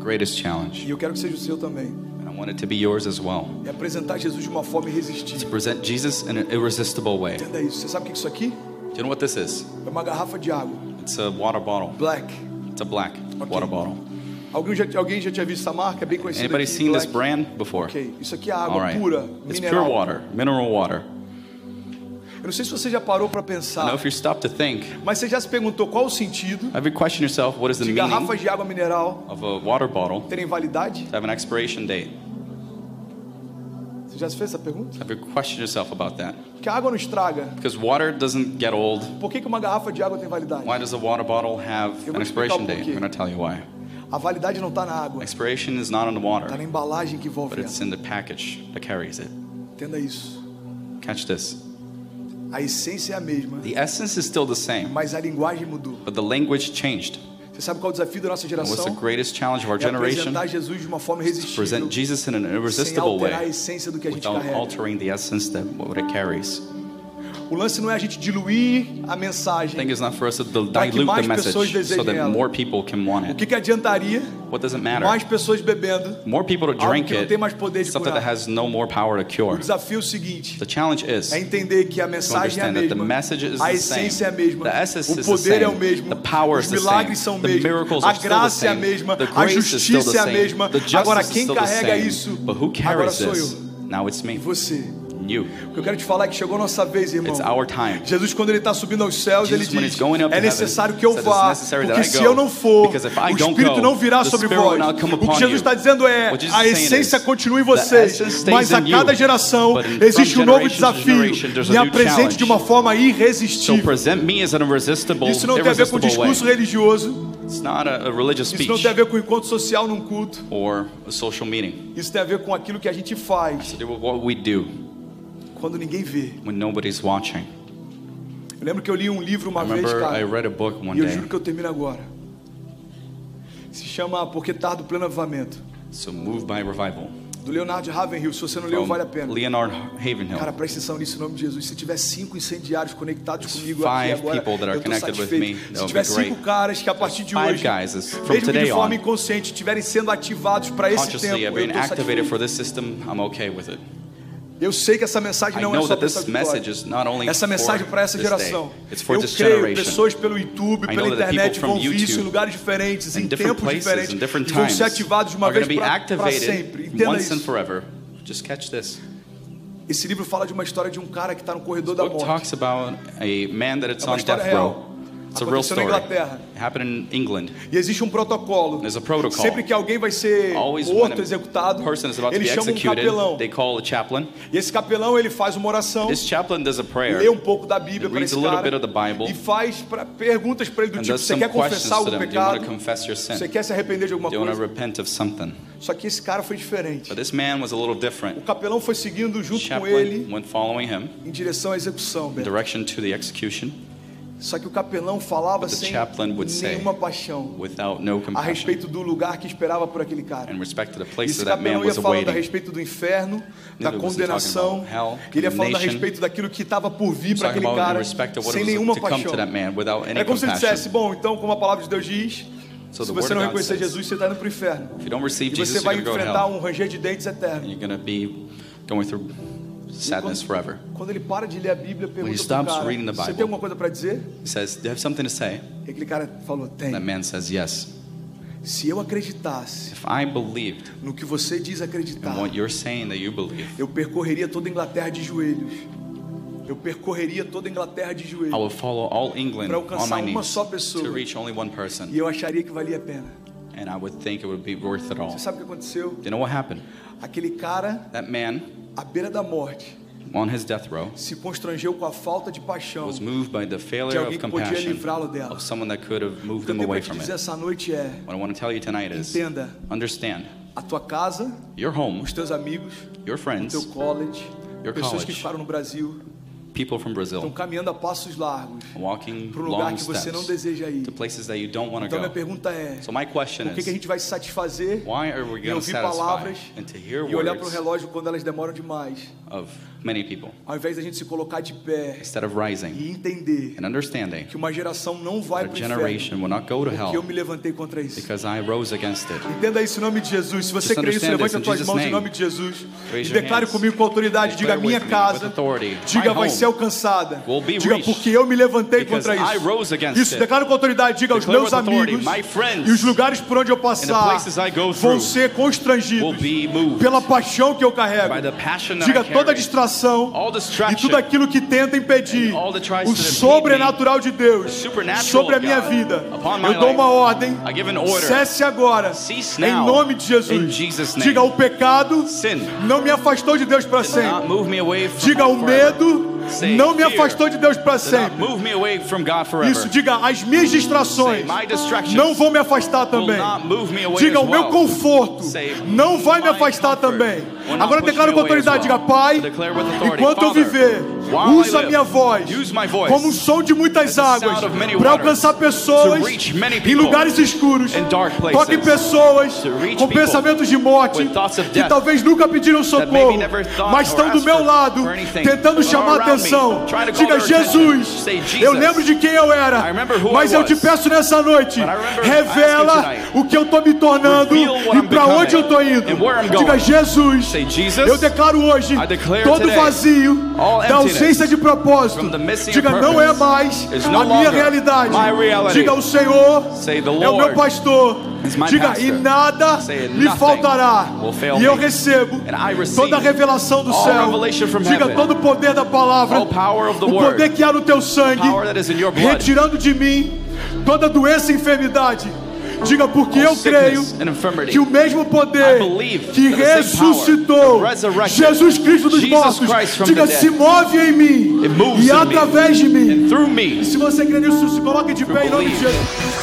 greatest challenge, E eu quero que seja o seu também. and I want it to be yours as well. É apresentar Jesus de uma forma To irresistível. present Jesus in an irresistible way. Do Entenda isso. Você sabe o que é isso aqui? you know what this is? É uma garrafa de água. It's a water bottle. Black. It's a black water bottle. Alguém já, alguém já tinha visto essa marca? É bem conhecida. Anybody aqui, seen this Black. brand before? Ok. Isso aqui é água All right. pura, It's mineral. pure water, mineral water. Eu não sei se você já parou para Now, pensar, if you stop to think, mas você já se perguntou qual o sentido have you questioned yourself what is the de meaning garrafas de água mineral of a water bottle terem validade? to have an expiration date? Você já se fez essa pergunta? Have you questioned yourself about that? Porque a água não estraga. Because water doesn't get old. Por que, que uma garrafa de água tem validade? Why does a water bottle have Eu vou te explicar an expiration um date? I'm pouquinho. going to tell you why. A validade não está na água, Expiration is not in the está na water, embalagem que envolve but it's ela. in the package that carries it. Entenda isso. Catch this. A essência é a mesma, The essence is still the same, mas a linguagem mudou. but the language changed. Você sabe qual é o desafio da nossa And what's the geração? greatest challenge of our É generation? apresentar Jesus de uma forma irresistível, Present Jesus in an sem irresistible alterar a way essência do que a gente without carrega. altering the essence that what it carries. O lance não é a gente diluir a The thing mensagem. is not for us to dilute Para que the mais pessoas message desejem so that ela. more people can want O it. que, que adiantaria What does it matter? mais pessoas bebendo? More people to Algo drink que não it, tem mais poder de something that curar. has no more power to O cure. desafio é o seguinte: The challenge is é entender que a to mensagem é a understand that the mesma, message is a the essência é a same. mesma, The essence o is the poder é o same. mesmo, The power os is the milagres são same. o The mesmo, miracles a are still the graça é a same. mesma, The a grace is still the justiça é a same. mesma. The Agora justice is quem still the carrega same. isso? But who Agora carries sou this? eu, E Now it's me. você. You. O que eu quero te falar é que chegou a nossa vez, irmão. It's our time. Jesus, quando ele está subindo aos céus, Jesus, when ele diz: he's going up to É heaven, necessário que eu said, "It's vá, necessary that porque I se go, eu não for, because if I o don't Espírito go, não virá the sobre Spirit vós. will not come O que upon Jesus you." está dizendo é: What Jesus a is saying essência is, continua em "The vocês, essence stays mas a in you, cada geração but in- existe from um novo generation to desafio. generation, there's a Me new apresente challenge." de uma forma So irresistível. present me as an irresistible, Isso não tem a ver com irresistible way. discurso religioso, It's not a, a religious isso não tem a speech ver com encontro social num culto, or a social meeting. isso tem a ver com aquilo que a gente faz It's what we do quando ninguém vê. when nobody's watching. Eu lembro que eu li um livro uma I vez, remember I cara. read a book one E eu day. juro que eu termino agora. Se chama Porque Tardo Pleno Avivamento, So moved by revival. do Leonardo Ravenhill. Se você não leu, From vale a pena. Leonard Cara, Havenhill. presta atenção nisso em nome de Jesus. Se tiver cinco incendiários conectados There's comigo aqui five agora, people that are eu tô connected with satisfeito. me. That Se would tiver be great. cinco caras que a partir de Five hoje, guys, is- from mesmo que de today forma on, inconsciente, estiverem sendo ativados para esse tempo, Consciously, I've been eu tô satisfeito. activated for this system. I'm okay with it. Eu sei que essa mensagem I não é know só that para essa this message vitória. is not only Essa mensagem for para essa this geração. day. It's for Eu this creio generation. pessoas pelo YouTube, pela know that people internet from vão ver isso YouTube em lugares diferentes, em in different tempos places, diferentes, in different e vão times, ser ativados de uma are going vez to be para sempre. activated Entenda once and isso. forever. Just catch this. Esse livro fala de uma história de um cara que está no corredor da book morte. talks about a man that it's É uma on história death real. row. It's a real Aconteceu na story. Inglaterra. It happened in England. E existe um protocolo. There's a protocol. Sempre que alguém vai ser Always when morto, a executado, person is about to eles be chamam um executed, capelão. they call a chaplain. E esse capelão ele faz uma oração. This chaplain does a prayer. lê um pouco da Bíblia He para reads esse a little cara bit of the Bible. e faz pra, perguntas para ele do And tipo, does você some quer questions confessar to algum them. Do you want pecado? to confess your Você sin? quer se arrepender de alguma Do you want to coisa? repent of something? Só que esse cara foi diferente. But this man was a little O different. capelão foi seguindo junto com Chaplain ele went following him em direção à execução, in Beto. direction to the execution Só que o capelão falava But the sem chaplain would say, nenhuma paixão without no a compassion respeito do lugar que esperava por aquele cara. and respect to the E place Esse that that man capelão ia was falando a awaiting. respeito do inferno, da Neither was he talking condenação. about hell, Ele ia falando a condemnation. respeito daquilo que estava por vir para Talking aquele about in cara respect of what sem it nenhuma was to come paixão. to that man without any É como se ele compassion. dissent, bom, então como a palavra de Deus diz, So se the você word não of God reconhecer says, Jesus, você está indo para o inferno. If you don't receive E você Jesus, vai you're going to go to enfrentar hell. um ranger de dentes And eterno. you're going to be going through sadness forever. Quando ele para de ler a Bíblia, he pergunta para stops cara, reading the você Bible, tem alguma coisa para dizer? He says, Do you have something to say? E aquele cara falou, And that tem. man says, Yes. Se eu acreditasse If I believed no que você diz acreditar, in what you're saying that you believe, eu percorreria toda a Inglaterra de joelhos. Eu percorreria toda a Inglaterra de I joelhos. will follow all England Para on alcançar my uma knees só pessoa. to reach only one person. E eu acharia que valia a pena. And I would think it would be worth it all. Você Do sabe o que aconteceu? you know what happened? Aquele cara, That man à beira da morte, on his death row se constrangeu com a falta de paixão. was moved by the failure alguém of que podia compassion livrá-lo dela. of someone that could have O moved que eu him tenho away pra te from dizer it. essa noite é: What I want to tell you tonight is entenda, understand a tua casa, your home, os teus amigos, your o teu friends, college, Your pessoas college. que ficaram no Brasil, people from estão Brazil, caminhando a passos largos walking para um lugar long que você não steps Tipo, deseja ir. to places that you don't want to Então, minha go. pergunta é: So my question por que, que a is, gente vai se satisfazer why are we em going to ouvir satisfy palavras and to hear e olhar para o words relógio quando elas demoram demais? of Many people, Ao invés da gente se colocar de pé instead of rising e entender and understanding que uma geração não vai our para o inferno, generation will not go to que eu hell me levantei contra isso. because I rose against it. Entenda isso em nome de Jesus. Se você Just crê isso, understand levante this as in tuas Jesus' mãos em name. nome de Jesus. Raise E your declare hands. comigo com autoridade. Diga, Declare minha with me, with casa, authority. diga, My vai home ser alcançada. will be Diga, reached. porque eu me levantei Because contra I rose isso. against Isso, it. declaro com autoridade. Diga aos Declare meus with authority, amigos my friends, e os lugares por onde eu passar places I vão go through ser constrangidos will be moved pela paixão que eu carrego. by the passion that Diga I carry, toda distração all e distraction, tudo aquilo que tenta impedir and all that tries o to impede sobrenatural de the Deus supernatural sobre a of minha God vida. upon my Eu dou life. uma ordem. I give an order. Cesse agora. Cease Em now. nome de In Jesus. Jesus' name. Diga o pecado Sin não me afastou de Deus para did not sempre. move me away from Diga o God forever. medo Say, não me fear afastou de Deus para did not sempre. move me away from God forever. Isso, diga as minhas Say, distrações my distractions não vão me afastar will também. not move me away Diga as o meu well. conforto Say, não vai me my afastar comfort também. will not Agora push declaro me com away as autoridade, diga well. Pai, I declare with authority, enquanto eu Father, viver, while I usa live, minha voz use my voice como um som de muitas as the sound águas of many para waters, alcançar pessoas to reach many em people lugares escuros. in dark places, Toque pessoas to reach com people pensamentos de morte with thoughts of que death talvez nunca pediram socorro, maybe never thought mas or estão do asked meu for- lado for anything, tentando or chamar a around me, atenção. trying to call Diga their attention. Jesus, Say, Jesus. eu lembro de quem eu era, I remember who mas I eu te was. peço nessa noite, But I remember revela asking tonight. o que eu estou me tornando Reveal what e I'm para onde eu estou becoming indo. and where I'm Diga going. Jesus, Say, "Jesus, eu declaro hoje I declare todo today vazio all da emptiness ausência de propósito. from the missing Diga purpose não é mais is a no minha longer realidade. my reality." Diga o Senhor Say, "The é o meu Lord pastor. is my Diga pastor." e nada Say, me "Nothing faltará. will fail E eu me. recebo And I receive toda a revelação do all céu. revelation from Diga heaven. todo o poder da palavra, All power of the o word. poder que há no teu sangue, Power that is in your blood. retirando de mim toda doença e enfermidade. Diga porque eu creio sickness and infirmity. que o mesmo poder I believe que that the same power ressuscitou that resurrected Jesus Cristo dos Jesus mortos, Christ from diga the dead. se move em mim It moves e in me. através de mim. and through me Se você crê nisso, se coloque de pé em nome de believe. Jesus.